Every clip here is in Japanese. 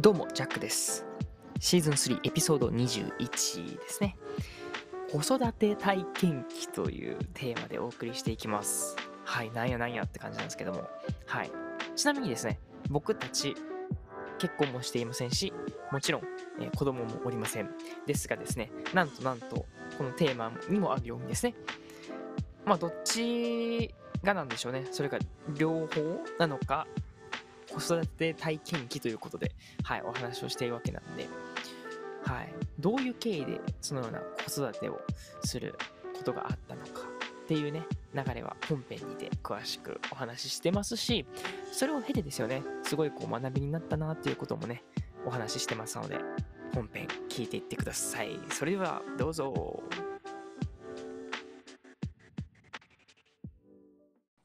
どうもジャックですシーズン3エピソード21ですね子育て体験記というテーマでお送りしていきますはいなんやなんやって感じなんですけどもはいちなみにですね僕たち結婚もしていませんしもちろん、えー子供もおりませんですがですねなんとなんとこのテーマにもあるようにですねまあどっちがなんでしょうねそれが両方なのか子育て体験記ということで、はい、お話をしているわけなんで、はい、どういう経緯でそのような子育てをすることがあったのかっていうね流れは本編にて詳しくお話ししてますしそれを経てですよねすごいこう学びになったなっていうこともねお話ししてますので本編聞いていってくださいそれではどうぞ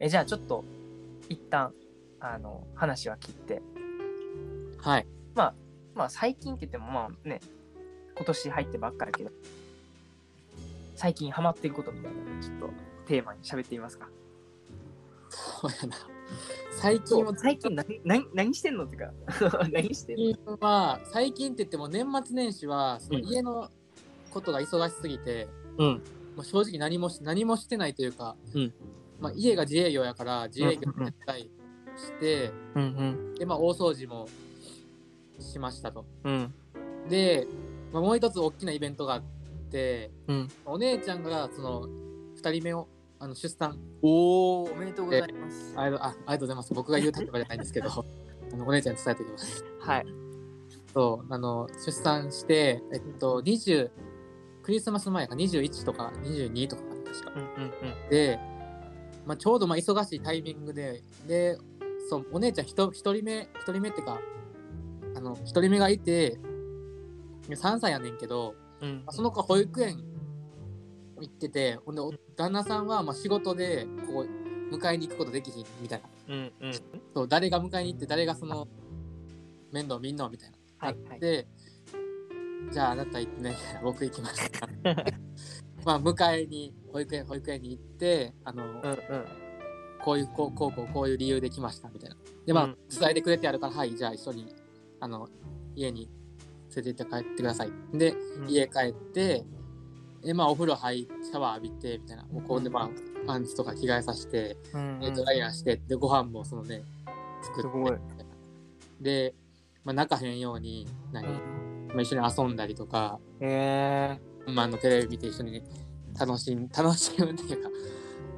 えじゃあちょっと一旦あの話は切ってはい。 まあ最近って言ってもまあね、今年入ってばっかだけど、最近ハマってることみたいなのをちょっとテーマに喋ってみますか。そうやな。最近は、最近何何何してんのっていうか、 何してんの最近は、最近って言っても年末年始は、そのうん家のことが忙しすぎて、うん。もう正直何もし何もしてないというか、うんまあ、家が自営業やから、自営業絶対して、うんで、まあ、大掃除もしましたと。うん。うん。で、まあ、もう一つ大きなイベントがあって、うん。お姉ちゃんが、その、二人目を、あの出産おおおめでとうございます。ありがとうあありがとうございます。僕が言う立場じゃないんです けど、あのお姉ちゃんに伝えておきます。はい。そうあの出産して、えっと、20クリスマス前か21とか22とかかな確かうんうんで、まあ、ちょうどまあ忙しいタイミングででそうお姉ちゃん 1, 人目一人目ってかあの1人目がいて3歳やねんけどうん。うんまあその子は保育園行っててほんでお旦那さんはまあ仕事でこう迎えに行くことできひんみたいなうんうん。そう誰が迎えに行って誰がその面倒見んのみたいな。はいはい。で、じゃああなた行ってね、 僕行きます。まあ、迎えに、保育園、保育園に行って、あの、うんうん。こういう、こう、こう、こう、こういう理由で来ました、みたいな。で、まあ、うん伝えてくれてやるから、はい、じゃあ一緒に、あの、家に連れて行って帰ってください。で、家帰って、で、まあ、お風呂入って、シャワー浴びて、みたいな。もうこうで、まあ、パンツとか着替えさせて、うんうん。でドライヤーして、で、ご飯もそのね、作すごいって、で、まあ、泣かへんように、何、まあ、一緒に遊んだりとか、えまあ、あのテレビ見て一緒に楽しむ 楽しむっていうか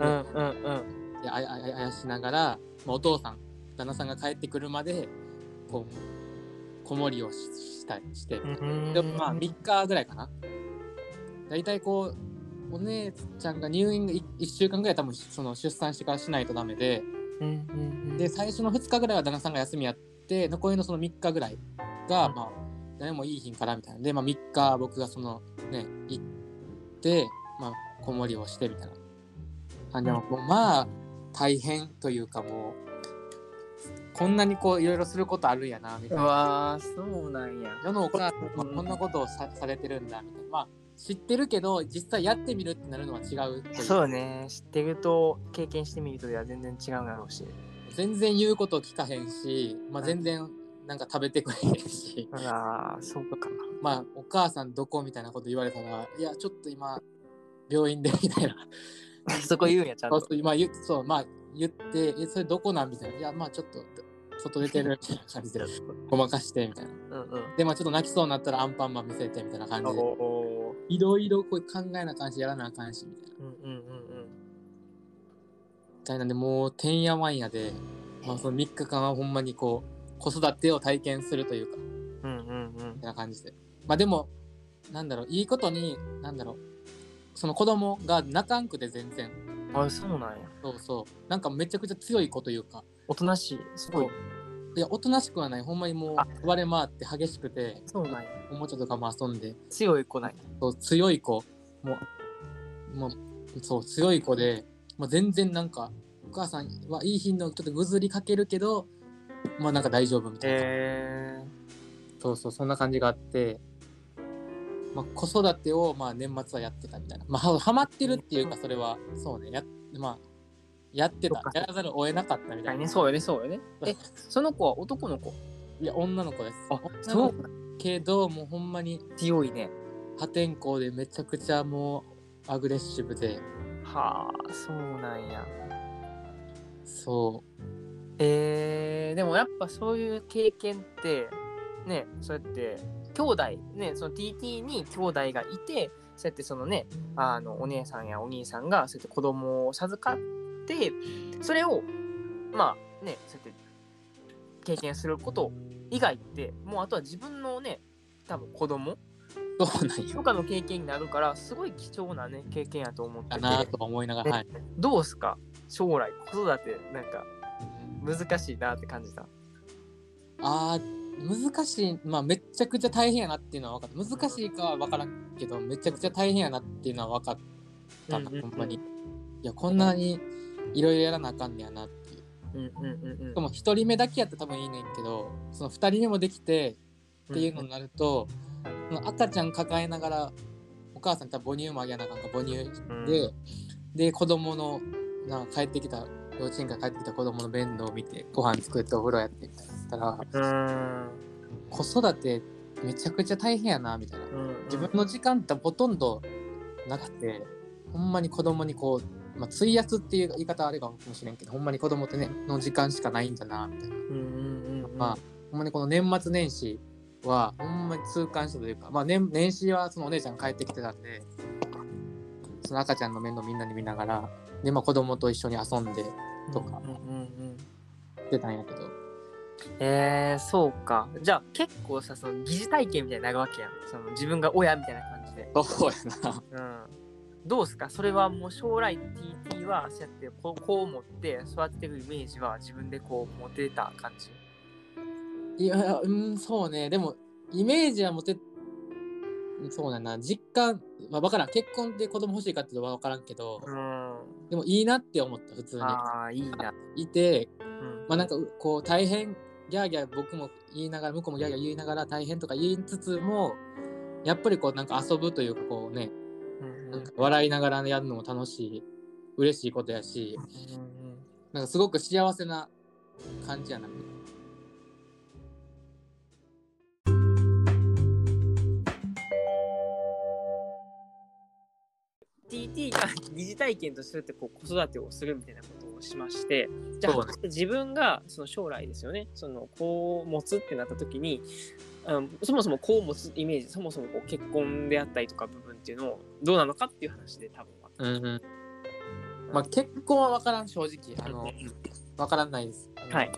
ー。うんうんうん。であやあやあやしながら、まあ、お父さん旦那さんが帰ってくるまでこう子守りをししたりしてうんでまあ3日ぐらいかな大体こうお姉ちゃんが入院1週間ぐらい多分その出産してからしないとダメでうんうんで最初の2日ぐらいは旦那さんが休みやって残りのその3日ぐらいが、うんまあ誰もいい日からみたいなで、まあ、3日僕がそのね行って、まあ、子守りをしてみたいなあでももうまあ大変というかもうこんなにこういろいろすることあるんやなみたういなわー、そうなんや。世のお母さんはうんこんなことをさされてるんだみたいなまあ知ってるけど実際やってみるってなるのは違うというそうね知ってると経験してみるとでは全然違うだろうし全然言うこと聞かへんし、まあ、全然なんか食べてくれへんしああそうかまあ、お母さんどこみたいなこと言われたら、いや、ちょっと今、病院でみたいな。な そこ言うんやちゃんそうとそう、今言そう、まあ、言って、え、それどこなんみたいな。いや、まあ、ちょっと、外出て るみたいな感じで、ごまかしてみたいな。うんうんで、まあ、ちょっと泣きそうになったらアンパンマン見せてみたいな感じで、おーいろいろこう考えなあかんし、やらなあかんし、みたいな。うんうんうんみたいなんで、もう、てんやわんやで、まあ、その3日間はほんまにこう、子育てを体験するというか、うんうんうんうんみたいな感じで。まあでも、なんだろう、いいことに、なんだろう、その子供が泣かんくて全然。あそうなんやそうそう。なんかめちゃくちゃ強い子というか、おとなしいすごいいや、おとなしくはない。ほんまにもあう、暴れ回って激しくて、そうなんやおもちゃとかも遊んで、強い子なんやそう強い子、もう、もう、そう、強い子で、もう全然なんか、お母さんはいい品のちょっとぐずりかけるけど、まあなんか大丈夫みたいな。へえそうそう、そんな感じがあって、まあ、子育てを、まあ、年末はやってたみたいな。まあ、ははまってるっていうか、それは、そうね、やっまあ、やってそたっか。やらざるを得なかったみたいな。そうよねそうよねえその子は男の子いや女の子ですあ女の子そうけどもうほんまに強いね破天荒でめちゃくちゃもうアグレッシブではあそうなんやそえー、でもやっぱそういう経験ってねそうやって兄弟ねその TT に兄弟がいてそうやってそのねあのお姉さんやお兄さんがそうやって子供を授かってそれをまあねそうやって経験すること以外ってもうあとは自分のね多分子供うそうなんやとかの経験になるからすごい貴重なね経験やと思ってだてなと思いながら、はい、どうすか将来子育てなんか難しいなって感じたあー難しいまあめっちゃくちゃ大変やなっていうのは分かった難しいかは分からんけどめちゃくちゃ大変やなっていうのは分かったな、うんうんうんほんまにいやこんなにいろいろやらなあかんねやなっていううんうんうんうんでも1人目だけやったら多分いいねんけどその2人目もできてっていうのになると、その赤ちゃん抱えながらお母さん多分母乳もあげなあかんから母乳で、うんで子供のなんか帰ってきた幼稚園から帰ってきた子供の面倒を見てご飯作ってお風呂やってみたいなったらうーん子育てめちゃくちゃ大変やなみたいなうん自分の時間ってほとんどなくてほんまに子供にこう、まあ、費やすっていう言い方はあれかもしれんけどほんまに子供ってねの時間しかないんだなみたいな。うんうんうんまあ、ほんまにこの年末年始はほんまに痛感したというか、まあ、年年始はそのお姉ちゃんが帰ってきてたんでその赤ちゃんの面倒みんなに見ながらで、まあ、子供と一緒に遊んでとかうんうんうん出たんやけどえー、そうかじゃあ結構さその疑似体験みたいになるわけやんその自分が親みたいな感じでそうやなうんどうすかそれはもう将来 TT はそうやってこうこう思って育ててるイメージは自分でこう持てた感じいやうんそうねでもイメージは持てそうだな実感、まあ、分からん結婚で子供欲しいかっていうのは分からんけどうんでもいいなって思った普通ああいいな、にいてうんまあなんかうこう大変ギャーギャー僕も言いながら向こうもギャーギャー言いながら大変とか言いつつもやっぱりこうなんか遊ぶというかこうねうんうなんんか笑いながらやるのも楽しい嬉しいことやしうんなんかすごく幸せな感じやな。 TT が疑似体験とするってこう子育てをするみたいなことをしましてじゃそうあね自分がその将来ですよねその子を持つってなった時に、うん、そもそも子を持つイメージそもそもこう結婚であったりとか部分っていうのをどうなのかっていう話で多分はうんうんまあ、結婚は分からん正直あの分からないです。あのはい。ね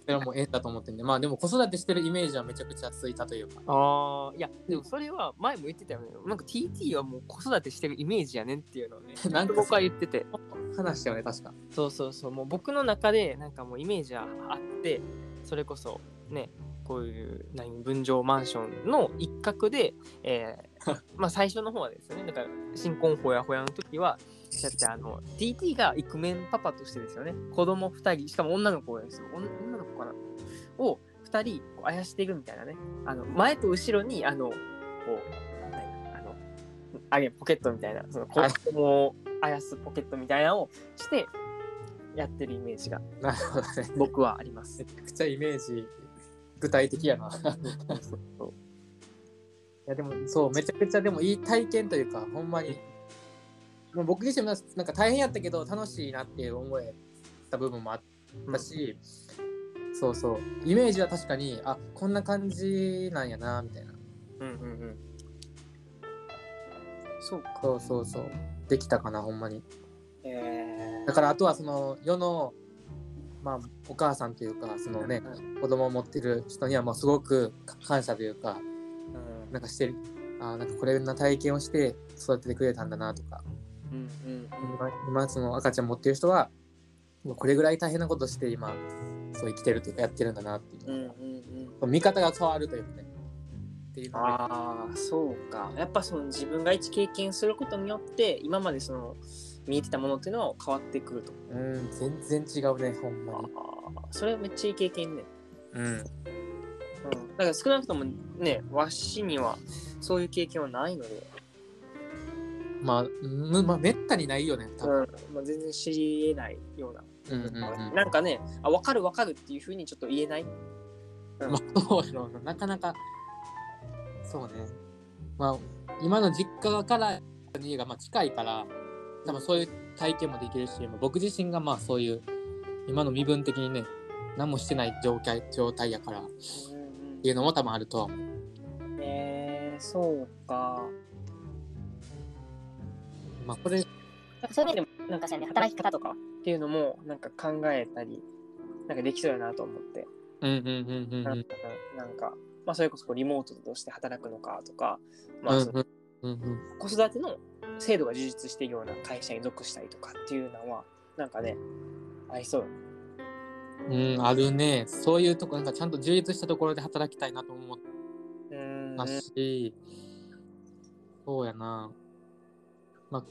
それはもう縁だと思ってんでまあでも子育てしてるイメージはめちゃくちゃついたというかああいやでもそれは前も言ってたよねなんか TT はもう子育てしてるイメージやねんっていうのをねなんか僕は言ってて話したよね確か。そうそうそうもう僕の中でなんかもうイメージはあってそれこそねこういう何分譲マンションの一角で、えーまあ最初の方はですねだから新婚ほやほやの時はだってあの DT がイクメンパパとしてですよね子供2人しかも女の子ですよ女女の子かなを2人こうあやしていくみたいなねあの前と後ろにあのこう何あのあげポケットみたいなその子供をあやすポケットみたいなのをしてやってるイメージがなるほどね。僕はありますめ。ちゃくちゃイメージ具体的やな。いやでもそうめちゃくちゃでもいい体験というかほんまにもう僕自身もなんか大変やったけど楽しいなって思えた部分もあったし、そうそうイメージは確かにあこんな感じなんやなみたいなうんうんうん。そうか。そうそうそうできたかなほんまにえーだからあとはその世のまあお母さんというかそのね子供を持ってる人にはもうすごく感謝というかなんかしてるあーなんかこれな体験をして育ててくれたんだなとかうんうん今今その赤ちゃん持ってる人はもうこれぐらい大変なことして今そう生きてるというかやってるんだなっていううんうんのが、うんうん。見方が変わるというかねっていうのがああそうかやっぱその自分が一経験することによって今までその見えてたものっていうのは変わってくるとうん全然違うねほんまかに、それめっちゃいい経験ね、うん、うん、だから少なくともねわしにはそういう経験はないので、まあ、うん、まあめったにないよね多うん分、まあ、全然知り得ないような、うんうんうんなんかねあ分かる分かるっていうふうにちょっと言えないうん まあそうそうそうなかなかそうねまあ今の実家から家がまあ近いから多分そういう体験もできるしまあ僕自身がまあそういう今の身分的にね何もしてない状態状態やからってうんいうのも多分あるとは思ううんえー、そうか。まあこれなんかそういう意味でも、なんかそうやね、働き方とかっていうのも、なんか考えたり、なんかできそうやなと思って、うんうんうんうんうんうんなんか、まあ、それこそこうリモートとして働くのかとか、まうあ、んそのうんうんうん子育ての制度が充実しているような会社に属したりとかっていうのは、なんかね、合いそうよねうん、あるね。そういうとこ、なんかちゃんと充実したところで働きたいなと思っうーんたし、そうやな。まあ、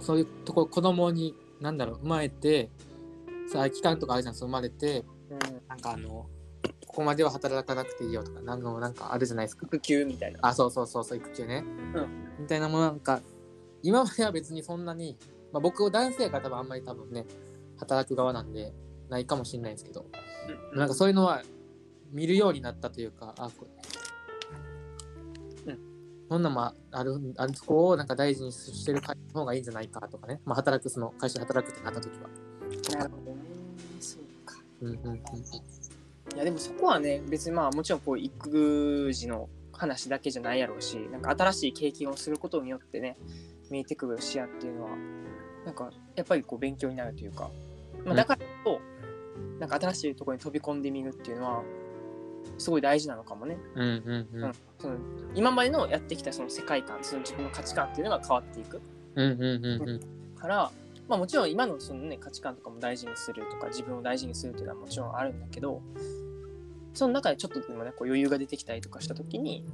そういうとこ、子供に、なんだろう、生まれて、さあ、期間とかあるじゃん、そう生まれて、うんなんかあの、ここまでは働かなくていいよとか、なんかなんかあるじゃないですか。育休みたいな。あ、そうそうそう、そう育休ね。うみたいなもんなんか、今までは別にそんなに、まあ、僕、男性やから多分あんまり多分ね、働く側なんで、ないかもしれないですけど、なんかそういうのは見るようになったというか、あ、こううんん。そんなんもある、あるとこをなんか大事にしてる会社の方がいいんじゃないかとかね、まあ、働く、その会社で働くってなった時は。なるほどね。そうか。うんうんうん。いやでもそこはね別にまあもちろんこう育児の話だけじゃないやろうしなんか新しい経験をすることによってね見えてくる視野っていうのはなんかやっぱりこう勉強になるというか、まうあ、んだからこそなんか新しいところに飛び込んでみるっていうのはすごい大事なのかもね、うんうんうん。その今までのやってきたその世界観その自分の価値観っていうのが変わっていくうんうんうんうん。から、まあ、もちろん今のその、ね、価値観とかも大事にするとか自分を大事にするっていうのはもちろんあるんだけどその中でちょっとでもねこう余裕が出てきたりとかした時に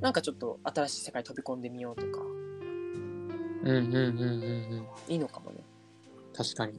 なんかちょっと新しい世界に飛び込んでみようとかうんうんうんうんうん。いいのかもね。確かに。